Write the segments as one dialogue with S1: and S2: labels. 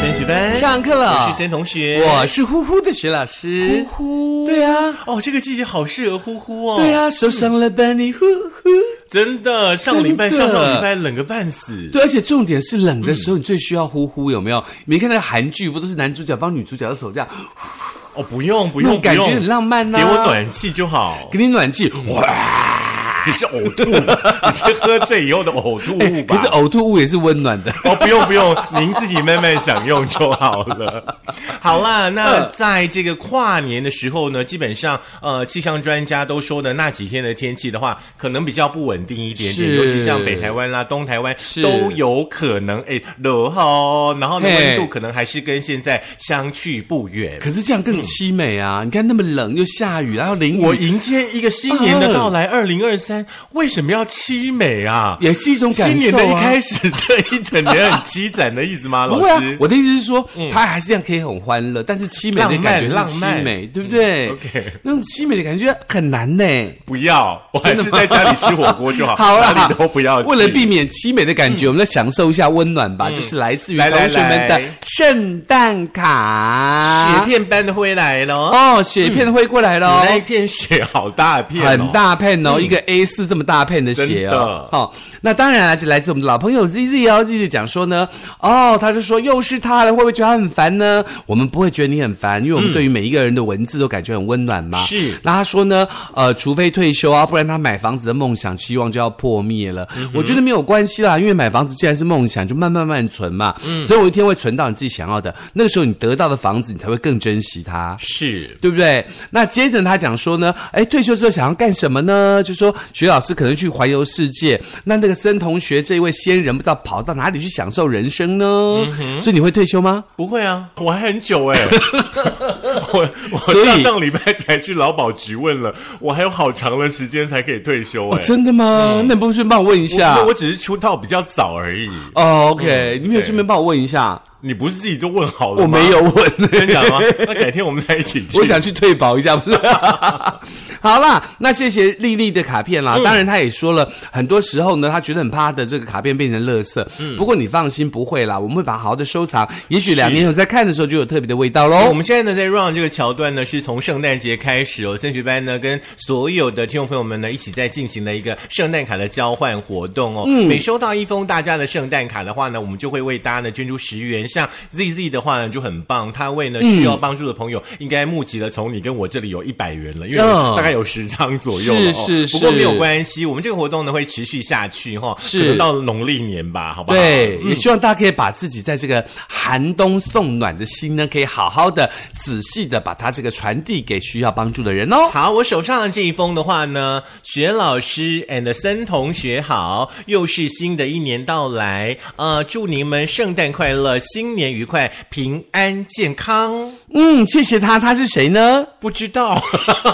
S1: 三学班
S2: 上课
S1: 我
S2: 了，
S1: 是森同学，
S2: 我是呼呼的徐老师，
S1: 呼呼，
S2: 对啊，
S1: 哦，这个季节好适合呼呼哦，
S2: 对，啊，手上了班你呼呼，
S1: 真的，上个礼拜、
S2: 真的
S1: 上上礼拜冷个半死，
S2: 对，而且重点是冷的时候你最需要呼呼，有没有？你没看那个韩剧不都是男主角帮女主角的手这样，
S1: 哦，不用不
S2: 那
S1: 用，
S2: 种感觉
S1: 不用
S2: 很浪漫呐
S1: 给我暖气就好。
S2: 给你暖气，哇！
S1: 你是呕吐，你是喝醉以后的呕吐物 吧？
S2: 可是呕吐物也是温暖 的。
S1: 哦，不用不用，您自己慢慢享用就好了。 嗯好啦，那在这个跨年的时候呢，基本上呃，气象专家都说的那几天的天气的话，可能比较不稳定一点点，
S2: 是
S1: 尤其像北台湾啦、东台湾
S2: 是
S1: 都有可能哎落后，然后呢
S2: 嘿
S1: 温度可能还是跟现在相去不远。
S2: 可是这样更凄美啊！你看那么冷又下雨，然后淋
S1: 我
S2: 雨，
S1: 迎接一个新年的到 来，二零二三，为什么要凄美啊？
S2: 也是一种感受、啊。
S1: 新年的一开始，这一整年很凄惨的意思 吗？老
S2: 不
S1: 师，嗯
S2: 会啊，我的意思是说，他还是这样可以很欢乐，但是凄美的感觉是
S1: 浪漫浪漫
S2: 凄美，对不对、
S1: 嗯，OK
S2: 那种凄美的感觉很难呢。
S1: 不要，我还是在家里吃火锅就好，
S2: 好啦，
S1: 哪里都不要去。
S2: 为了避免凄美的感觉，我们来享受一下温暖吧，就是来自于
S1: 来
S2: 同
S1: 来
S2: 学们的
S1: 来
S2: 圣诞卡
S1: 雪片嗯般的灰来了，哦、
S2: 哦，雪片会过来
S1: 你
S2: 喽。
S1: 那一片雪好大片、哦，
S2: 很。大片哦，一个 A 四这么大片的
S1: 真
S2: 鞋
S1: 的
S2: 哦。哦，那当然啊，就来自我们的老朋友 Z Z 哦，Z Z 讲说呢，哦，他就说又是他了，会不会觉得他很烦呢？我们不会觉得你很烦，因为我们对于每一个人的文字都感觉很温暖嘛。
S1: 是
S2: 那他说呢，呃，除非退休啊，不然他买房子的梦想期望就要破灭了。
S1: 嗯
S2: 我觉得没有关系啦，因为买房子既然是梦想，就慢慢慢慢存嘛。嗯，总有一天会存到你自己想要的，那个时候你得到的房子，你才会更珍惜它。
S1: 是，
S2: 对不对？那接着他讲说呢，哎，退休之后想要干什么呢？就说徐老师可能去环游世界，那那个森同学这一位仙人不知道跑到哪里去享受人生呢？
S1: 嗯
S2: 所以你会退休吗？
S1: 不会啊，我还很久 哎、我我
S2: 所以
S1: 上上礼拜才去劳保局问了，我还有好长的时间才可以退休
S2: 哦
S1: 哎、，
S2: 真的吗？那你不顺便帮我问一下
S1: 我我只是出道比较早而已，
S2: 哦？OK，、你没有
S1: 对
S2: 顺便帮我问一下？
S1: 你不是自己都问好了
S2: 我
S1: 吗？
S2: 没有问，
S1: 真假吗？那改天我们再一起去。
S2: 我想去退保一 下，不是？好啦，那谢谢丽丽的卡片啦。
S1: 嗯
S2: 当然，她也说了，很多时候呢，她觉得很怕她的这个卡片变成垃圾。
S1: 嗯
S2: 不过你放心，不会啦，我们会把它好好的收藏。也许两年后再看的时候，就有特别的味道
S1: 嗯我
S2: 喽。
S1: 们现在呢，在 Run 这个桥段呢，是从圣诞节开始哦，升学班呢跟所有的听众朋友们呢，一起在进行了一个圣诞卡的交换活动哦。
S2: 嗯
S1: 每收到一封大家的圣诞卡的话呢，我们就会为大家呢捐出十元。像 ZZ 的话呢，就很棒，他为呢需要帮助的朋友，应该募集了从你跟我这里有一百元了，因为
S2: 嗯
S1: 大概有十张左右了、哦。
S2: 是是
S1: 不过没有
S2: 是
S1: 关系，我们这个活动呢会持续下去哈、哦，
S2: 是
S1: 可能到农历年吧，好不好？嗯
S2: 对，也希望大家可以把自己在这个寒冬送暖的心呢，可以好好的、仔细的把它这个传递给需要帮助的人哦。
S1: 好，我手上的这一封的话呢，雪老师 and 森同学好，又是新的一年到来，呃，祝你们圣诞快乐，新年愉快，平安健康。
S2: 嗯，谢谢他，他是谁 呢？
S1: 不知道，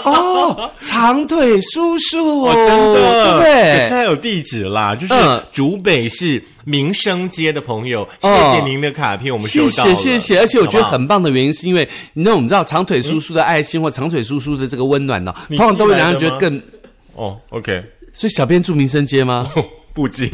S2: 哦，长腿叔叔哦，
S1: 真的，
S2: 对
S1: 可是
S2: 不对？
S1: 他有地址啦，就是
S2: 嗯
S1: 竹北市民生街的朋友，
S2: 哦
S1: 谢谢您的卡片，我们收
S2: 谢
S1: 到了，
S2: 谢谢谢，而且我觉得
S1: 好不好。
S2: 很棒的原因是因为，你那我们知道长腿叔叔的爱心或长腿叔叔的这个温暖呢、
S1: 你
S2: 通常都会让人
S1: 寄
S2: 觉
S1: 来的吗
S2: 得更。
S1: 哦，OK，
S2: 所以小编住民生街吗？
S1: 附 近。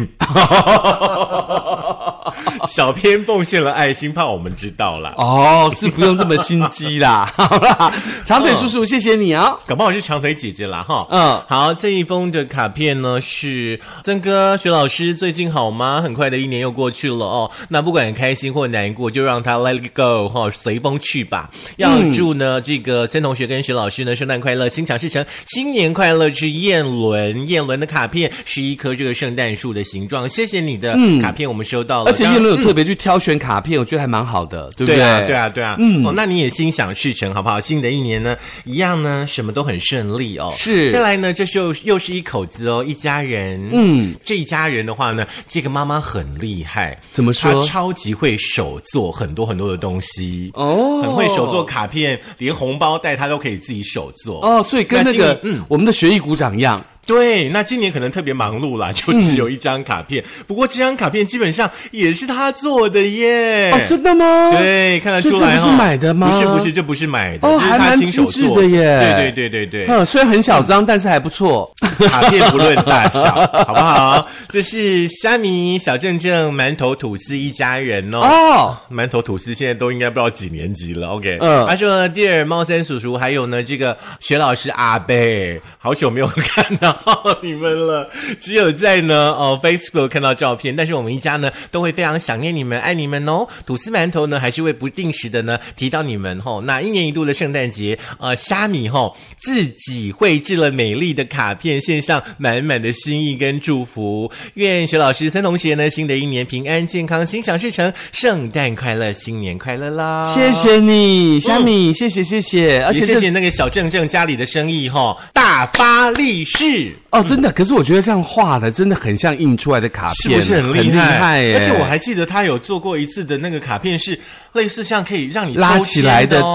S1: 小编奉献了爱心，怕我们知道啦。
S2: 哦，是不用这么心机啦， 好啦，长腿叔叔，谢谢你啊、
S1: 搞不好是长腿姐姐啦哈。
S2: 嗯
S1: 好，这一封的卡片呢是曾哥徐老师最近好吗？很快的一年又过去了哦。那不管开心或难过，就让它 let it go 哈、随风去吧。要祝呢、这个森同学跟徐老师呢圣诞快乐，心想事成，新年快乐之燕伦。燕伦的卡片是一棵这个圣诞树的形状，谢谢你的卡片，我们收到了。
S2: 嗯而且叶伦有特别去挑选卡片，我觉得还蛮好的，对不
S1: 对
S2: 对？
S1: 啊，对啊，对啊，嗯，哦，那你也心想事成，好不好？新的一年呢，一样呢，什么都很顺利哦。
S2: 是
S1: 再来呢，这就又是一口子哦，一家人。嗯，这一家人的话呢，这个妈妈很厉害，
S2: 怎么说
S1: 她超级会手做很多很多的东西
S2: 哦
S1: 很会手做卡片，连红包袋她都可以自己手做。
S2: 哦，所以跟那
S1: 那
S2: 个
S1: 今年嗯
S2: 我们的学艺鼓掌一样，
S1: 对，那今年可能特别忙碌啦，就只
S2: 嗯
S1: 有一张卡片。不过这张卡片基本上也是他做的耶。
S2: 哦，真的吗？
S1: 哎对，看得
S2: 所以
S1: 出
S2: 这
S1: 来
S2: 不是
S1: 哈
S2: 买的吗
S1: 不是，不是，这不是买的，
S2: 哦
S1: 这是
S2: 还
S1: 他
S2: 蛮
S1: 亲手
S2: 精致
S1: 做
S2: 的耶
S1: 对对对对 对，
S2: 嗯，虽然很小张，但是还不错。
S1: 卡片不论大小，好不好？这是虾米、小正正、馒头、吐司一家人哦。
S2: 哦，
S1: 馒头吐司现在都应该不知道几年级了，OK。
S2: 嗯
S1: 他说呢，第二猫三叔叔，还有呢这个学老师阿贝，好久没有看到你们了，只有在呢 哦 Facebook 看到照片，但是我们一家呢都会非常想念你们，爱你们哦。吐司馒头呢还是会不定时的呢提到你们吼、那一年一度的圣诞节，呃，虾米吼、自己绘制了美丽的卡片，献上满满的心意跟祝福。愿学老师森同学呢，新的一年平安健康，心想事成，圣诞快乐，新年快乐啦！
S2: 谢。谢你，虾米，谢谢谢谢，而
S1: 而
S2: 且
S1: 且嗯
S2: 这
S1: 谢谢那个小正正家里的生意哈、大发利市，
S2: 哦，真的，可是我觉得这样画的真的很像印出来的卡
S1: 是
S2: 片，
S1: 不是很
S2: 厉
S1: 厉害？
S2: 耶
S1: 而且我还记得他有做过一次的那个卡片，是类似像可以让你
S2: 拉
S1: 抽
S2: 起
S1: 签
S2: 来的
S1: 哦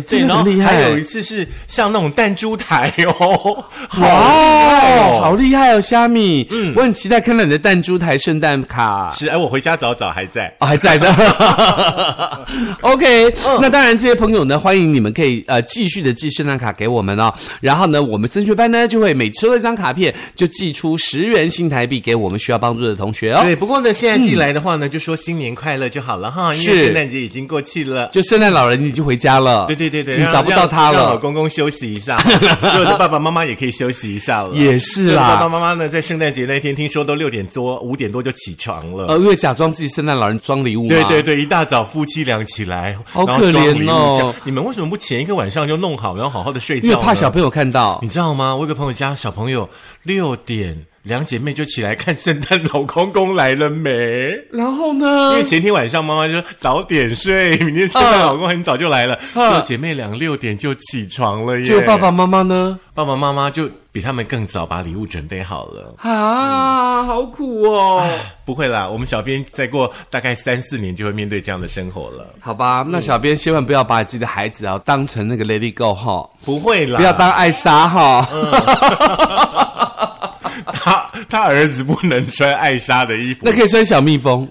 S1: 对，
S2: 真的
S1: 然后
S2: 很厉害
S1: 还有一次是像那种弹珠台 哦，好
S2: 哇
S1: 厉害哦
S2: 哦，好厉害哦，虾米，嗯，我很期待看到你的弹珠台圣诞卡。
S1: 是哎，我回家早早还在。嗯
S2: 哦，还在这 ，OK、那当然，这些朋友呢，欢迎你们可以呃继续的寄圣诞卡给我们哦。然后呢，我们升学班呢就会每抽到一张卡片，就寄出十元新台币给我们需要帮助的同学哦。
S1: 对，不过呢，现在寄来的话呢，就说新年快乐就好了哈，因为
S2: 是
S1: 圣诞节已经过去了。
S2: 就圣诞老人已经回家了，
S1: 对对对对，
S2: 你
S1: 让
S2: 找不到他
S1: 让让老
S2: 了。
S1: 公公休息一下， 所有的爸爸妈妈也可以休息一下了。
S2: 也是
S1: 所
S2: 啦
S1: 有的爸爸妈妈呢，在圣诞节那天听说都六点多、五点多就起床了。
S2: 呃，因为假装自己圣诞老人装礼物嘛。啊
S1: 对对对，一大早夫妻俩起来，
S2: 好
S1: 然后装礼物
S2: 可怜哦
S1: 这样你们为什么不前一个晚上就弄好，然后好好的睡觉
S2: 因
S1: 呢？
S2: 为怕小朋友看到。
S1: 你知道吗？我有个朋友家小朋友六点，两姐妹就起来看圣诞老公公来了没。
S2: 然后呢
S1: 因为前天晚上妈妈就说早点睡，明天圣诞老公很早就来了，
S2: 嗯
S1: 所以姐妹俩六点就起床了耶。
S2: 就爸爸妈妈呢？
S1: 爸爸妈妈就比他们更早把礼物准备好了。
S2: 啊，好苦哦。
S1: 不会啦，我们小编再过大概三四年就会面对这样的生活了。
S2: 好吧，那小编千万不要把自己的孩子啊当成那个 Lady Go 哈，
S1: 不会啦，
S2: 不要当艾莎哈。
S1: 他他儿子不能穿艾莎的衣服
S2: 那，可以穿小蜜蜂，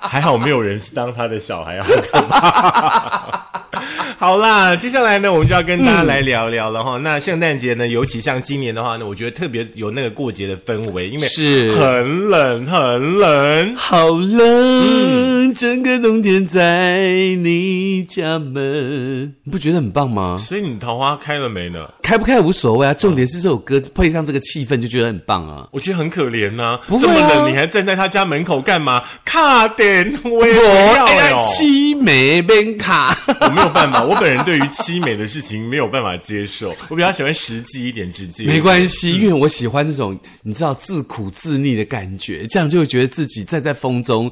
S1: 还好没有人是当他的小孩，好可怕。好啦，接下来呢，我们就要跟大家来聊聊了哈。那圣诞节呢，尤其像今年的话呢，我觉得特别有那个过节的氛围，因为
S2: 是
S1: 很冷，很冷。
S2: 好冷，整个冬天在你家门，你不觉得很棒吗？
S1: 所以你桃花开了没呢？
S2: 开不开无所谓啊，重点是这首歌配上这个气氛就觉得很棒啊。
S1: 我觉得很可怜呐、
S2: 不
S1: 这
S2: 会
S1: 么
S2: 啊
S1: 冷，你还站在他家门口干嘛？卡点我也
S2: 我
S1: 哎不
S2: 爱
S1: 要哟！
S2: 七美边卡，
S1: 我没有办法，我本人对于凄美的事情没有办法接受，我比较喜欢实际一点，直接。
S2: 没关系，因为我喜欢那种你知道自苦自溺的感觉，这样就会觉得自己站在风中，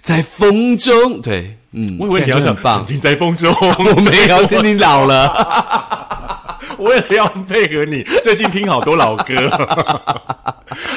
S2: 在风中，对，嗯，
S1: 我以为你要
S2: 感觉
S1: 讲
S2: 很棒
S1: 曾，经在风中，
S2: 我 没有，
S1: 我
S2: 你老了，
S1: 我也要配合你。最近听好多老歌。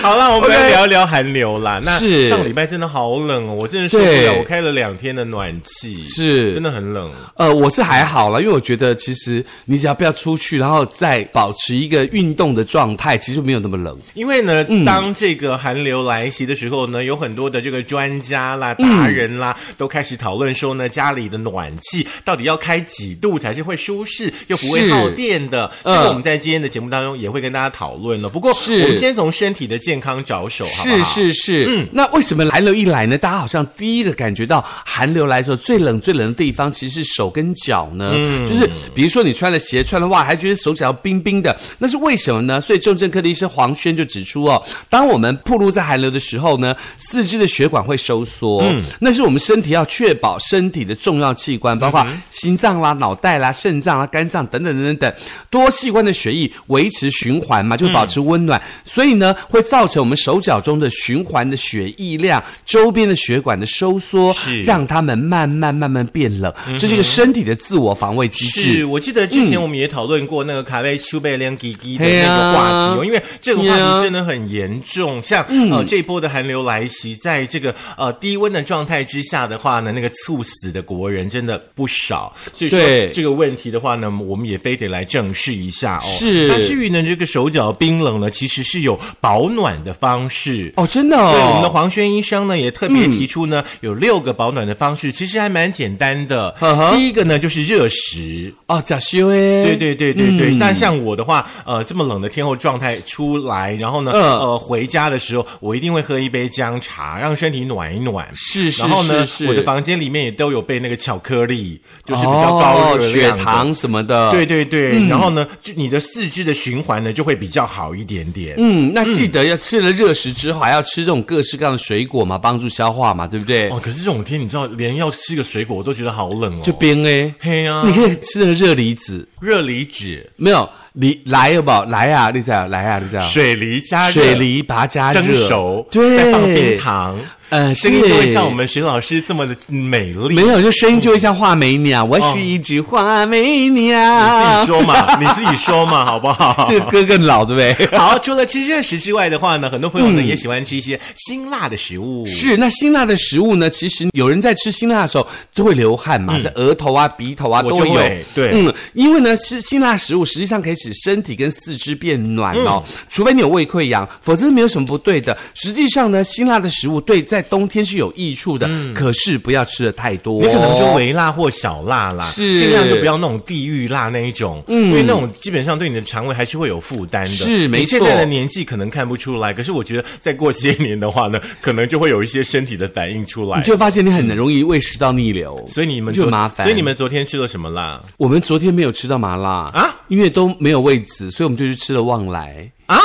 S1: 好啦，我们来
S2: OK
S1: 聊聊寒流啦。那
S2: 是
S1: 上礼拜真的好冷哦，我真的受不
S2: 对
S1: 了。我开了两天的暖气，
S2: 是
S1: 真的很冷。
S2: 呃，我是还好了，因为我觉得其实你只要不要出去，然后再保持一个运动的状态，其实没有那么冷。
S1: 因为呢，
S2: 嗯
S1: 当这个寒流来袭的时候呢，有很多的这个专家啦、达人啦，
S2: 嗯
S1: 都开始讨论说呢，家里的暖气到底要开几度才是会舒适又不会
S2: 是
S1: 耗电的。这
S2: 嗯
S1: 个我们在今天的节目当中也会跟大家讨论了。不过，
S2: 是
S1: 我们先从身体的健康着手，好不好？
S2: 是是是，嗯，那为什么寒流一来呢？大家好像第一个感觉到寒流来的时候，最冷最冷的地方其实是手跟脚呢。就是比如说你穿了鞋、穿了袜，还觉得手脚冰冰的，那是为什么呢？所以重症科的医生黄轩就指出哦，当我们暴露在寒流的时候呢，四肢的血管会收缩，那是我们身体要确保身体的重要器官，包括心脏啦、脑袋啦、肾脏啦、肝
S1: 嗯
S2: 脏等等等等等，多器官的血液维持循环嘛，就保持温暖，所以呢会造成我们手脚中的循环的血液量、周边的血管的收缩
S1: 是，嗯
S2: 让它们慢慢慢慢变冷，这是一个身体的自我防卫机
S1: 是
S2: 制。
S1: 我记得之
S2: 嗯
S1: 前我们也讨论过那个卡贝丘贝连吉吉的
S2: 嘿
S1: 那
S2: 呀嗯
S1: 个话题哦，因为这个话
S2: 呀
S1: 题真的很严重。像呃这一波的寒流来袭，在这个呃低温的状态之下的话呢，那个猝死的国人真的不少。所以说
S2: 对
S1: 这个问题的话呢，我们也非得来正视一下哦。
S2: 是
S1: 那至于呢这个手脚冰冷呢，其实是有保暖的方式。
S2: 哦，嗯真的
S1: 对，我们的
S2: 哦，
S1: 黄轩医生呢也特别提出呢，有六个保暖的方式，其实还蛮简单的。
S2: 嗯哼
S1: 第一个呢就是热食，
S2: 哦，假修诶，
S1: 对对对对
S2: 嗯
S1: 对，那、像我的话，呃，这么冷的天候状态出来，然后呢，
S2: 嗯
S1: 呃，回家的时候，我一定会喝一杯姜茶，让身体暖一暖。
S2: 是是
S1: 然后呢
S2: 是，是，
S1: 我的房间里面也都有备那个巧克力，就是比较高
S2: 哦
S1: 热
S2: 血
S1: 量的。
S2: 糖嗯什么的，
S1: 对对对，然后呢，就你的四肢的循环呢就会比较好一点点。
S2: 嗯，那记得要吃了热食之后，还要吃这种各式各样的水果嘛，帮助消化嘛，对不对？
S1: 哦，可是这种天，你知道，连要吃个水果我都觉得好冷哦。
S2: 就冰哎，
S1: 嘿呀、
S2: 你可以吃那个热梨子，
S1: 热梨子、
S2: 没有梨来好不好？来啊，你知道，来啊，你知道，
S1: 水梨加热
S2: 水梨把它加热，
S1: 蒸熟，
S2: 对，
S1: 再放冰，糖，
S2: 呃，
S1: 声音就会
S2: 对
S1: 像我。们徐老师这么的美丽。
S2: 没有，就声音就会像画眉鸟，我是一只画眉
S1: 你自己
S2: 鸟。
S1: 说嘛， 你自己说嘛，好不好？
S2: 这歌更老，对不对？
S1: 好，除了吃热食之外的话呢，很多朋友呢、也喜欢吃一些辛辣的食物。
S2: 是，那辛辣的食物呢？其实有人在吃辛辣的时候都会流汗嘛，在额头啊、鼻头啊
S1: 嗯我
S2: 都
S1: 就
S2: 会有
S1: 会。对
S2: 嗯，因为呢，吃辛辣食物实际上可以使身体跟四肢变暖哦，
S1: 嗯
S2: 除非你有胃溃疡，否则没有什么不对的。实际上呢，辛辣的食物对在冬天是有益处的，可是不要吃的太
S1: 嗯
S2: 多。哦
S1: 你可能说微辣或小辣啦，
S2: 是
S1: 尽量就不要那种地狱辣那一种，嗯，因为那种基本上对你的肠胃还是会有负担的。
S2: 是没
S1: 你现
S2: 错
S1: 在的年纪可能看不出来，可是我觉得再过些年的话呢，可能就会有一些身体的反应出来
S2: 你。就会发现你很容易胃食道逆流，
S1: 所以你们
S2: 就
S1: 昨
S2: 麻烦。
S1: 所以你们昨天吃了什么辣
S2: 我们昨天没有吃到麻辣
S1: 啊，
S2: 因为都没有位置，所以我们就去吃了旺来。
S1: 啊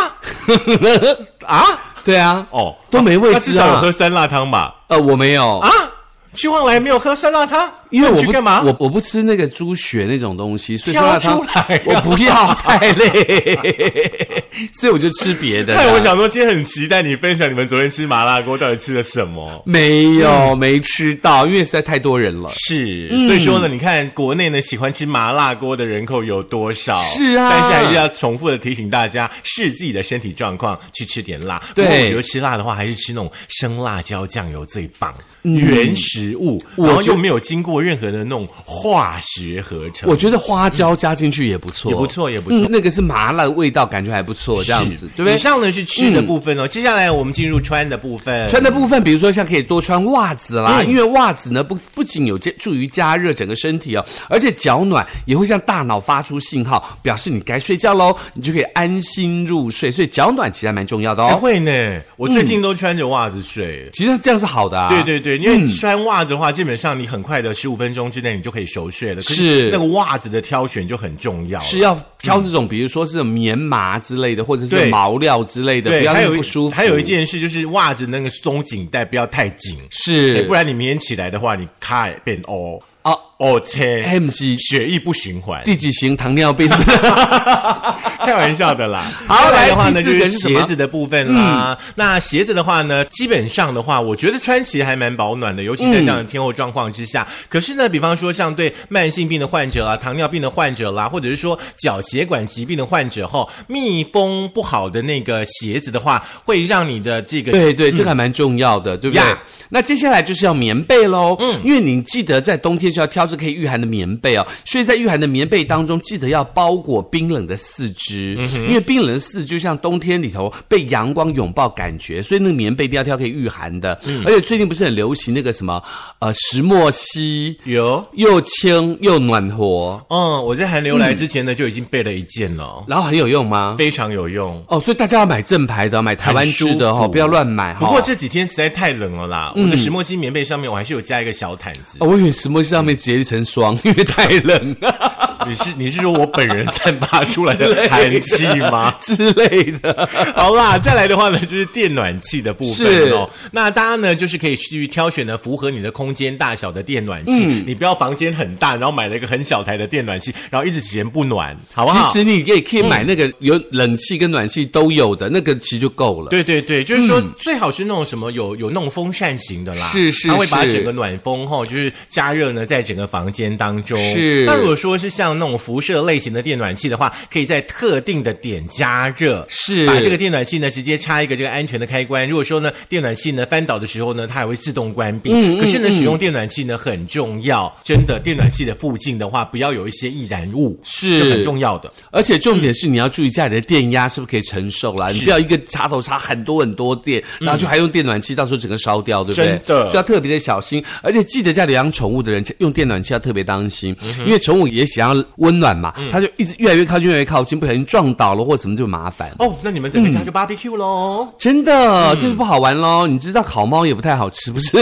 S1: 啊？
S2: 对啊，
S1: 哦，
S2: 都没位
S1: 那至
S2: 置
S1: 少有
S2: 啊
S1: 喝。酸辣汤吧？
S2: 呃，我没有
S1: 啊，去旺来没有喝酸辣汤，
S2: 因为
S1: 那你
S2: 我
S1: 去
S2: 不
S1: 干嘛？
S2: 我我不吃那个猪血那种东西，所以
S1: 挑
S2: 说它
S1: 出来啊
S2: 我不要太累， 所以我就吃别的啦。
S1: 哎但我想说，今天很期待你分享你们昨天吃麻辣锅到底吃了什么。
S2: 没有没吃到，因为实在太多人了。
S1: 嗯是，所以说呢，你看国内呢喜欢吃麻辣锅的人口有多少？
S2: 是啊
S1: 但是还是要重复的提醒大家，视自己的身体状况去吃点辣。
S2: 对
S1: 不过我觉得吃辣的话，还是吃那种生辣椒酱油最棒，原食物，然后
S2: 嗯觉
S1: 又没有经过任何的那种化学合成
S2: 我，觉得花椒加进去也不错，
S1: 也不错，也不错。
S2: 嗯，那个是麻辣的味道，感觉还不错，这样
S1: 是
S2: 子对不
S1: 以
S2: 对？
S1: 上呢是吃的部分哦，接下来我们进入穿的部分。
S2: 嗯穿的部分，比如说像可以多穿袜子啦，
S1: 嗯
S2: 因为袜子呢不不仅有加助于加热整个身体哦，而且脚暖也会向大脑发出信号，表示你该睡觉喽，你就可以安心入睡。所以脚暖其实还蛮重要的
S1: 还
S2: 哦。
S1: 哎会呢，我最近都穿着袜子睡。
S2: 其实这样是好的啊。
S1: 对对对，因为穿袜子的话，基本上你很快的十五分钟之内你就可以熟睡了。可
S2: 是
S1: 那个袜子的挑选就很重要了。
S2: 是要挑那种，比如说是棉麻之类的，或者是
S1: 对
S2: 毛料之类的，不
S1: 对，
S2: 要
S1: 还
S2: 那么
S1: 有一
S2: 不舒服。
S1: 还有一件事就是袜子那个松紧带不要太紧，对
S2: 是，
S1: 哎不然你明天起来的话，你卡也变凹
S2: 哦
S1: 凹切，
S2: ，M G
S1: 血液不循环。
S2: 第几型糖尿病？
S1: 开玩笑的啦。
S2: 好
S1: 再来的话呢，
S2: 来
S1: 就
S2: 第四个
S1: 是
S2: 是什么嗯
S1: 鞋子的部分啦。那鞋子的话呢，基本上的话，我觉得穿鞋还蛮保暖的，尤其在这样的天候状况之下。
S2: 嗯
S1: 可是呢，比方说像对慢性病的患者啊、糖尿病的患者啦，或者是说脚血管疾病的患者后，密封不好的那个鞋子的话，会让你的这个
S2: 对对，这个还蛮重要的，对不
S1: 嗯
S2: 对
S1: 呀？
S2: 那接下来就是要棉被喽，嗯，因为你记得在冬天是要挑着可以御寒的棉被哦，所以在御寒的棉被当中，记得要包裹冰冷的四肢，
S1: 嗯
S2: 因为冰冷的四肢就像冬天里头被阳光拥抱感觉，所以那个棉被一定要挑可以御寒的。
S1: 嗯
S2: 而且最近不是很流行那个什么呃石墨烯，
S1: 有。
S2: 又轻又暖和，
S1: 嗯，我在寒流来之前呢，就已经备了一件了，
S2: 然后很有用吗？
S1: 非常有用。
S2: 哦，所以大家要买正牌的，买台湾制的
S1: 很舒
S2: 哦，
S1: 服
S2: 不要乱买哈。
S1: 不过这几天实在太冷了啦，
S2: 嗯
S1: 我的石墨烯棉
S2: 啊
S1: 被上面我还是有加一个小毯子。
S2: 哦，我以为石墨烯上面结一层霜，因为太冷了。
S1: 你是你是说我本人散发出来的寒气吗？
S2: 之类的。
S1: 好啦，再来的话呢，就是电暖器的部分哦。那大家呢，就是可以去挑选呢符合你的空间大小的电暖器。你不要房间很大，然后买了一个很小台的电暖器，然后一直嫌不暖，好不
S2: 其
S1: 好？
S2: 实你也可以买
S1: 嗯
S2: 那个有冷气跟暖气都有的那个，其实就够了。
S1: 对对对，就是说最好是那种什么有有那种风扇型的啦，
S2: 嗯是是
S1: 它会把
S2: 是
S1: 整个暖风哈、就是加热呢在整个房间当中。
S2: 是
S1: 那如果说是像那种辐射类型的电暖器的话，可以在特定的点加热，
S2: 是
S1: 把这个电暖器呢直接插一个这个安全的开关。如果说呢电暖器呢翻倒的时候呢，它还会自动关闭。
S2: 嗯
S1: 可是呢，使用电暖器呢很重要，真的电暖器的附近的话，不要有一些易燃物，
S2: 是
S1: 这很重要的。
S2: 而且重点是你要注意一下你的电压是不是可以承受啦，你不要一个插头插很多很多电，然后就还用电暖器，到时候整个烧掉，对不
S1: 嗯
S2: 对
S1: 真？的
S2: 所以要特别的小心。而且记得家里养宠物的人用电暖器要特别当心，
S1: 嗯
S2: 因为宠物也想要温暖嘛，它就一直越来越靠近，越来越靠近，不小心撞倒了或什么就麻烦。
S1: 哦，那你们整个家就 barbecue 喽。
S2: 真的，
S1: 嗯
S2: 这就不好玩喽！你知道烤猫也不太好吃，不是？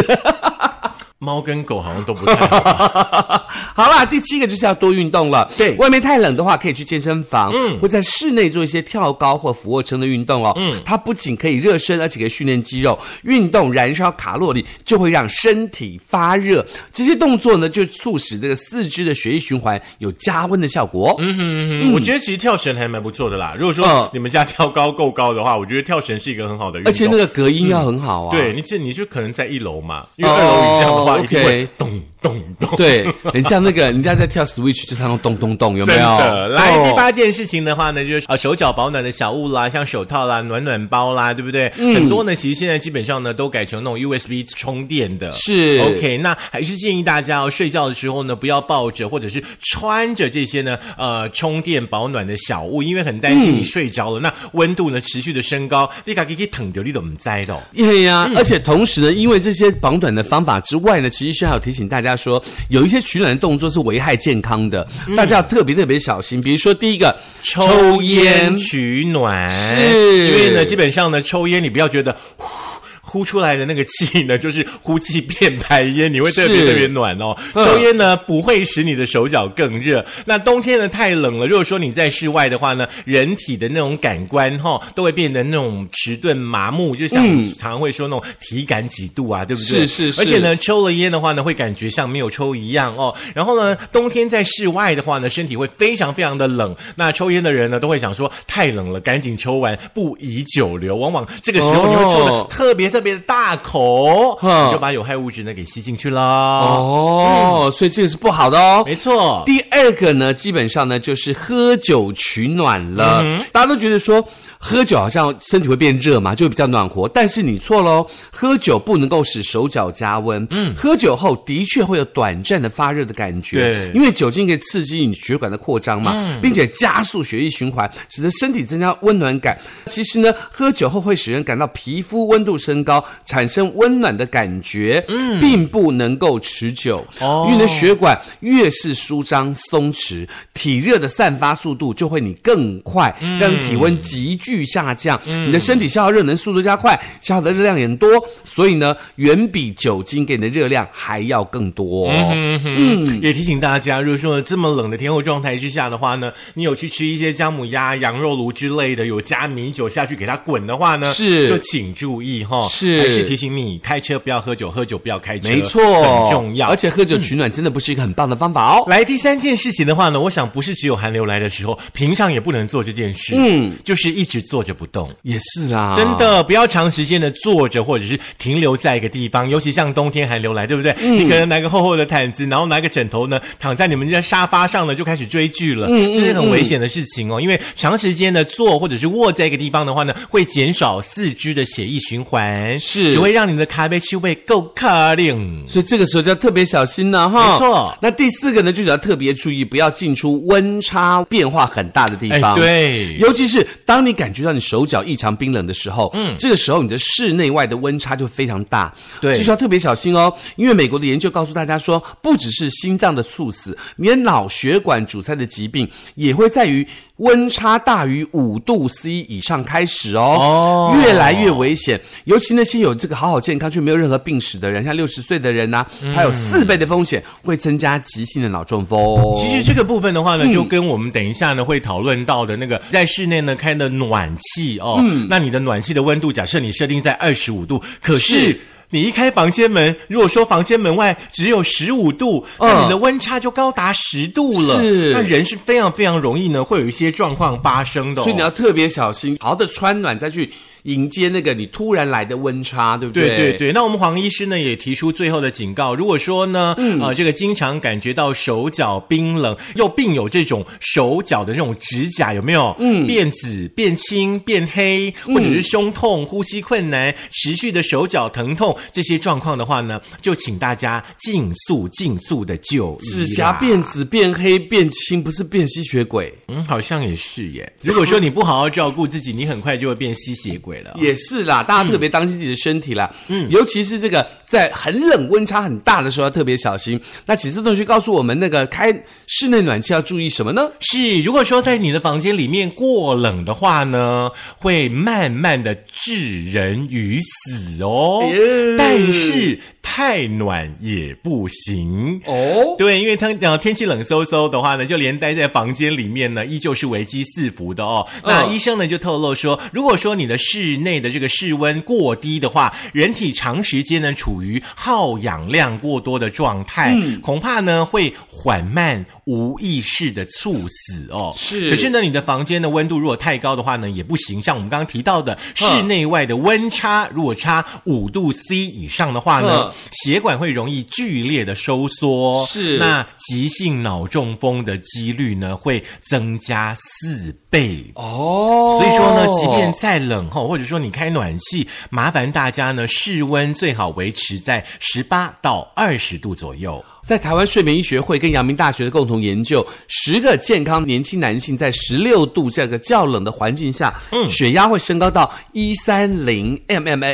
S1: 猫跟狗好像都不太好。
S2: 好啦，第七个就是要多运动了。
S1: 对
S2: 外面太冷的话，可以去健身房，嗯，或在室内做一些跳高或俯卧撑的运动哦。嗯，它不仅可以热身，而且可以训练肌肉。运动燃烧卡路里，就会让身体发热。这些动作呢，就促使这个四肢的血液循环有加温的效果哦。嗯，
S1: 嗯，我觉得其实跳绳还蛮不错的啦。如果说
S2: 嗯
S1: 你们家跳高够高的话，我觉得跳绳是一个很好的运动。
S2: 而且那个隔音要很好啊。
S1: 对你这你就可能在一楼嘛，因为二楼以上的话
S2: 哦
S1: 一定会
S2: OK
S1: 咚咚咚。
S2: 对，很像那个人家在跳 Switch 就唱那咚咚咚，有没
S1: 真
S2: 有？
S1: 的，来、
S2: 哦
S1: 第八件事情的话呢，就是呃手脚保暖的小物啦，像手套啦、暖暖包啦，对不对？
S2: 嗯
S1: 很多呢，其实现在基本上呢都改成那种 USB 充电的。
S2: 是
S1: OK，那还是建议大家哦，睡觉的时候呢，不要抱着或者是穿着这些呢，呃，充电保暖的小物，因为很担心
S2: 嗯
S1: 你睡着了，那温度呢持续的升高，你卡给给疼掉，你怎么栽的哦？
S2: 对呀、而且同时呢，因为这些绑短的方法之外呢，其实是还有提醒大家说，有一些取暖的动作是危害健康的，大家要特别特别小心。比如说第一个
S1: 取暖，
S2: 是
S1: 因为呢，基本上呢，抽烟你不要觉得呼。呼出来的那个气呢，就是呼气变白烟，你会特别
S2: 是
S1: 特别暖哦。
S2: 嗯
S1: 抽烟呢不会使你的手脚更热。那冬天呢太冷了，如果说你在室外的话呢，人体的那种感官哈、都会变得那种迟钝麻木，就像
S2: 嗯
S1: 常常会说那种体感几度啊，对不对？
S2: 是是是
S1: 而且呢，抽了烟的话呢，会感觉像没有抽一样哦。然后呢，冬天在室外的话呢，身体会非常非常的冷。那抽烟的人呢，都会想说太冷了，赶紧抽完，不宜久留。往往这个时候你会抽的
S2: 哦
S1: 特别特别的大口，
S2: 嗯
S1: 你就把有害物质呢给吸进去啦。
S2: 哦，所以这个是不好的哦。
S1: 没错，
S2: 第二个呢，基本上呢就是喝酒取暖了。大家都觉得说喝酒好像身体会变热嘛，就会比较暖和，但是你错喽，喝酒不能够使手脚加温。嗯，喝酒后的确会有短暂的发热的感觉，
S1: 对
S2: 因为酒精可以刺激你血管的扩张嘛，并且加速血液循环，使得身体增加温暖感。其实呢，喝酒后会使人感到皮肤温度升高，产生温暖的感觉，嗯，并不能够持久。
S1: 哦
S2: 因为你的血管越是舒张松弛，体热的散发速度就会你更快，让你体温急剧下降，
S1: 嗯
S2: 你的身体消耗热能速度加快，消耗的热量也多，所以呢，远比酒精给你的热量还要更多、哦。
S1: 嗯，也提醒大家，如果说这么冷的天候状态之下的话呢，你有去吃一些姜母鸭、羊肉炉之类的，有加米酒下去给它滚的话呢，
S2: 是
S1: 就请注意哈、
S2: 是
S1: 还是提醒你开车不要喝酒，喝酒不要开车，
S2: 没错，
S1: 很重要。
S2: 而且喝酒取暖真的不是一个很棒的方法哦。
S1: 来第三件事情的话呢，我想不是只有寒流来的时候，平常也不能做这件事，嗯，就是一直坐着不动。
S2: 也是啦，
S1: 真。的不要长时间的坐着，或者是停留在一个地方，尤其像冬天寒流来，对不对？你可能拿个厚厚的毯子，然后拿个枕头呢，躺在你们家沙发上呢，就开始追剧了。这是很危险的事情哦，因为长时间的坐或者是卧在一个地方的话呢，会减少四肢的血液循环，
S2: 是
S1: 只会让你的咖啡气味够卡令。
S2: 所以这个时候就要特别小心了哈。
S1: 嗯没错
S2: 那第四个呢，就是要特别注意，不要进出温差变化很大的地方。
S1: 哎对
S2: 尤其是当你感感觉到你手脚异常冰冷的时候，嗯，这个时候你的室内外的温差就非常大，
S1: 对
S2: 这时候特别小心哦，因为美国的研究告诉大家说，不只是心脏的猝死，连脑血管阻塞的疾病也会在于温差大于五度 C 以上开始哦，
S1: 哦
S2: 越来越危险，尤其那些有这个好好健康却没有任何病史的人，像六十岁的人呐、啊
S1: 嗯
S2: 他有四倍的风险会增加急性的脑中风。
S1: 其实这个部分的
S2: 嗯
S1: 话呢，就跟我们等一下呢会讨论到的那个在室内呢开的暖气哦，
S2: 嗯
S1: 那你的暖气的温度，假设你设定在二十五度，可是
S2: 是。
S1: 你一开房间门，如果说房间门外只有十五度，那
S2: 嗯
S1: 你的温差就高达十度了。
S2: 是
S1: 那人是非常非常容易呢，会有一些状况发生的、哦。
S2: 所以你要特别小心，好好的穿暖再去迎接那个你突然来的温差，对不对？
S1: 对对。对，那我们黄医师呢也提出最后的警告，如果说呢，
S2: 嗯
S1: 呃，这个经常感觉到手脚冰冷，又并有这种手脚的这种指甲有没有？嗯，变紫、变青、变黑，
S2: 嗯
S1: 或者是胸痛、呼吸困难、持续的手脚疼痛这些状况的话呢，就请大家尽速、尽速的就医啦。
S2: 指甲变紫、变黑、变青，不是变吸血鬼，
S1: 嗯，好像也是耶。如果说你不好好照顾自己，你很快就会变吸血鬼了。
S2: 也是啦。大家特别当心自己的身体啦，嗯，尤其是这个在很冷、温差很大的时候，要特别小心。那启思同学告诉我们，那个开室内暖气要注意什么呢？
S1: 是，如果说在你的房间里面过冷的话呢，会慢慢的置人于死哦。
S2: 哎呀
S1: 但是太暖也不行。
S2: 哦，
S1: 对，因为天呃天气冷飕飕的话呢，就连待在房间里面呢，依旧是危机四伏的哦。那
S2: 嗯
S1: 医生呢就透露说，如果说你的室内的这个室温过低的话，人体长时间呢处于耗氧量过多的状态，
S2: 嗯
S1: 恐怕呢会缓慢无意识的猝死哦。
S2: 是
S1: 可是呢，你的房间的温度如果太高的话呢，也不行。像我们刚刚提到的，室内外的温差如果差五度 C 以上的话呢
S2: 嗯，
S1: 血管会容易剧烈的收缩。哦
S2: 是
S1: 那急性脑中风的几率呢会增加四倍。
S2: 哦，
S1: 所以说呢，即便再冷吼，或者说你开暖气，麻烦大家呢，室温最好维持在十八到二十度左右。
S2: 在台湾睡眠医学会跟阳明大学的共同研究，十个健康年轻男性在十六度这个较冷的环境下，嗯，血压会升高到一三零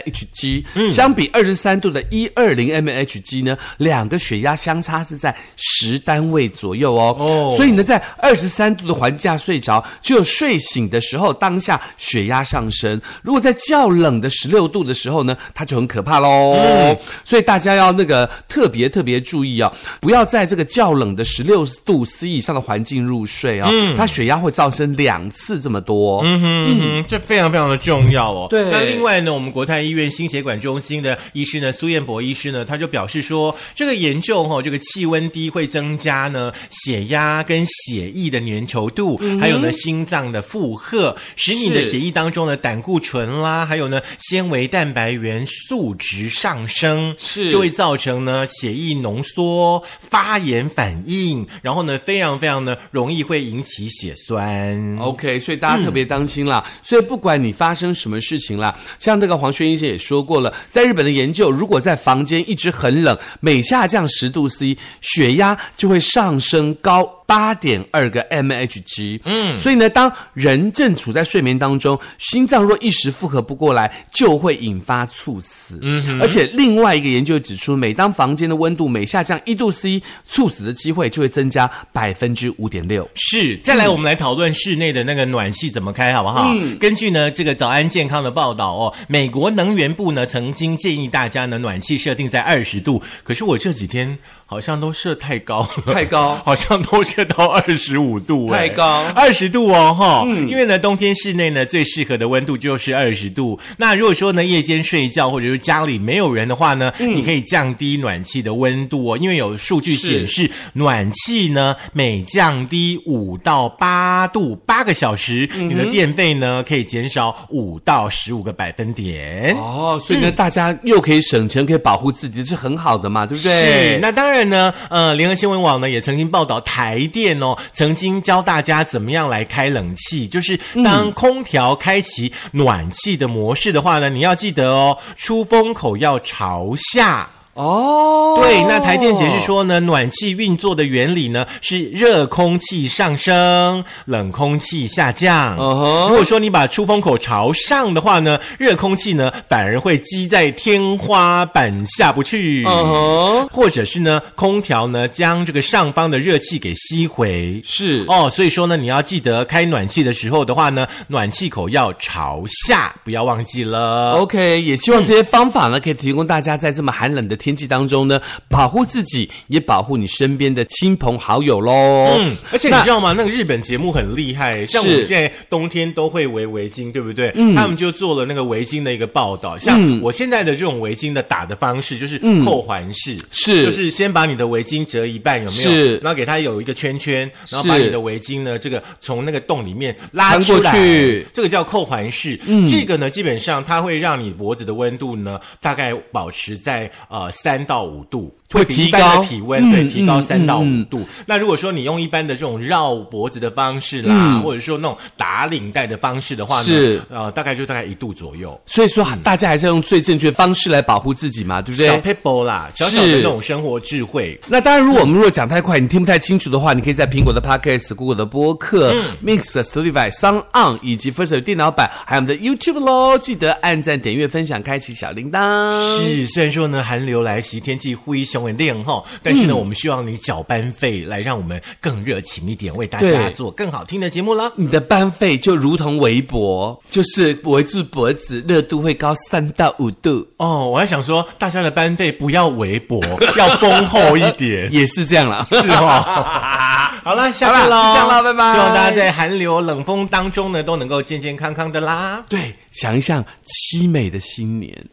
S2: mmHg，嗯，相比二十三度的一二零 mmHg 呢，两个血压相差是在十单位左右哦。
S1: 哦
S2: 所以呢，在二十三度的环境下睡着，只有睡醒的时候当下血压上升。如果在较冷的十六度的时候呢，它就很可怕喽。所以大家要那个特别特别注意哦，不要在这个较冷的十六度 C 以上的环境入睡哦，它血压会造升两次这么多。
S1: 嗯，这非常非常的重要哦。
S2: 嗯对
S1: 那另外呢，我们国泰医院心血管中心的医师呢，苏彦博医师呢，他就表示说，这个研究哈、哦，这个气温低会增加呢血压跟血液的粘稠度，
S2: 嗯
S1: 还有呢心脏的负荷，使你的
S2: 是
S1: 血液当中的胆固醇啦，还有呢纤维蛋白原数值上升，
S2: 是
S1: 就会造成呢血液浓缩、发炎反应，然后呢非常非常呢容易会引起血栓。
S2: OK，所以大家特别当心啦。所以不管你发生什么事情啦，像那个黄轩医生也说过了，在日本的研究，如果在房间一直很冷，每下降十度 C，血压就会上升高八点二个 mmHg。嗯，所以呢，当人正处在睡眠当中，心脏若一时负荷不过来，就会引发猝死。嗯，而且另外一个研究指出，每当房间的温度每下降一度 C，猝死的机会就会增加百分之五点六。
S1: 是，再
S2: 嗯
S1: 来我们来讨论室内的那个暖气怎么开，好不好？根据呢这个早安健康的报道哦，美国能源部呢曾经建议大家呢暖气设定在二十度，可是我这几天好像都设太高了，
S2: 太高
S1: 好像都设到二十五度、哎
S2: 太高嗯
S1: 二十度哦，哈、因为呢冬天室内呢最适合的温度就是二十度。那如果说呢夜间睡觉或者是家里没有人的话呢，
S2: 嗯
S1: 你可以降低暖气的温度哦，因为有数据显示
S2: 是。
S1: 是暖气呢，每降低五到八度八个小时，你的电费呢可以减少五到十五个百分点。
S2: 哦，所以呢，大家又可以省钱，可以保护自己，是很好的嘛，对不对？
S1: 是，那当然呢，呃，联合新闻网呢也曾经报道台电哦，曾经教大家怎么样来开冷气，就是当空调开启暖气的模式的话呢，你要记得哦，出风口要朝下。
S2: 哦，
S1: 对，那台电解释说呢，暖气运作的原理呢是热空气上升，冷空气下降。
S2: 嗯哼
S1: 如果说你把出风口朝上的话呢，热空气呢反而会积在天花板下不去。
S2: 嗯哼，
S1: 或者是呢，空调呢将这个上方的热气给吸回。
S2: 是
S1: 哦，所以说呢，你要记得开暖气的时候的话呢，暖气口要朝下，不要忘记了。
S2: OK，也希望这些方法呢，可以提供大家在这么寒冷的天气当中呢，保护自己，也保护你身边的亲朋好友喽。
S1: 嗯，而且你知道吗？那个日本节目很厉害，像我
S2: 是
S1: 们现在冬天都会围围巾，对不对？他们就做了那个围巾的一个报道。像我现在的这种围巾的打的方式，就是扣环式，
S2: 是
S1: 就是先把你的围巾折一半，有没有？
S2: 是
S1: 然后给它有一个圈圈，然后
S2: 是
S1: 把你的围巾呢，这个从那个洞里面拉
S2: 穿
S1: 出
S2: 过
S1: 来，
S2: 去嗯
S1: 这个叫扣环式。这个呢，基本上它会让你脖子的温度呢，大概保持在呃三到五度。
S2: 会
S1: 比
S2: 提
S1: 一般
S2: 高
S1: 的体温，对，
S2: 嗯
S1: 提高
S2: 嗯
S1: 三到
S2: 嗯
S1: 五度。那如果说你用一般的这种绕脖子的方式啦，或者说那种打领带的方式的话呢，
S2: 嗯是
S1: 呃，大概就大概一度左右。
S2: 所以说，大家还是要用最正确的方式来保护自己嘛，对不
S1: 小
S2: 对？
S1: people 啦，小小的
S2: 是
S1: 那种生活智慧。
S2: 那当然，如果我们如果讲太快，你听不太清楚的话，你可以在苹果的 Podcast、Google 的播客、Mix、Spotify、s o n On 以及 First 的电脑版，还有我们的 YouTube 喽。记得按赞、点阅、分享、开启小铃铛。
S1: 是，虽然说呢，寒流来袭，天气灰熊很亮哈，但是呢，
S2: 嗯
S1: 我们希望你缴班费来让我们更热情一点，为大家
S2: 对
S1: 做更好听的节目啦。
S2: 你的班费就如同围脖，就是围住脖子，热度会高三到五 度，
S1: 哦，我还想说，大家的班费不要微薄，要丰厚一点。
S2: 也 是这样啦。
S1: 是哦。 好了，下课
S2: 好啦
S1: 喽，
S2: 就这样啦拜拜
S1: 希望大家在寒流冷风当中呢，都能够健健康康的啦。
S2: 对，想一想凄美的新年，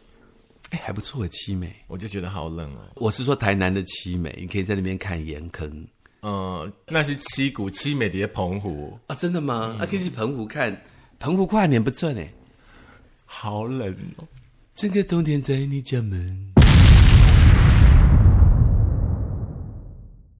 S2: 哎，还不错，凄美。
S1: 我就觉得好冷哦。
S2: 我是说台南的凄美，你可以在那边看盐坑
S1: 嗯，那是七股七美的澎湖，
S2: 啊，真的吗？啊，可以去澎湖看，澎湖跨年不错呢。
S1: 好冷哦。
S2: 整个冬天在你家门。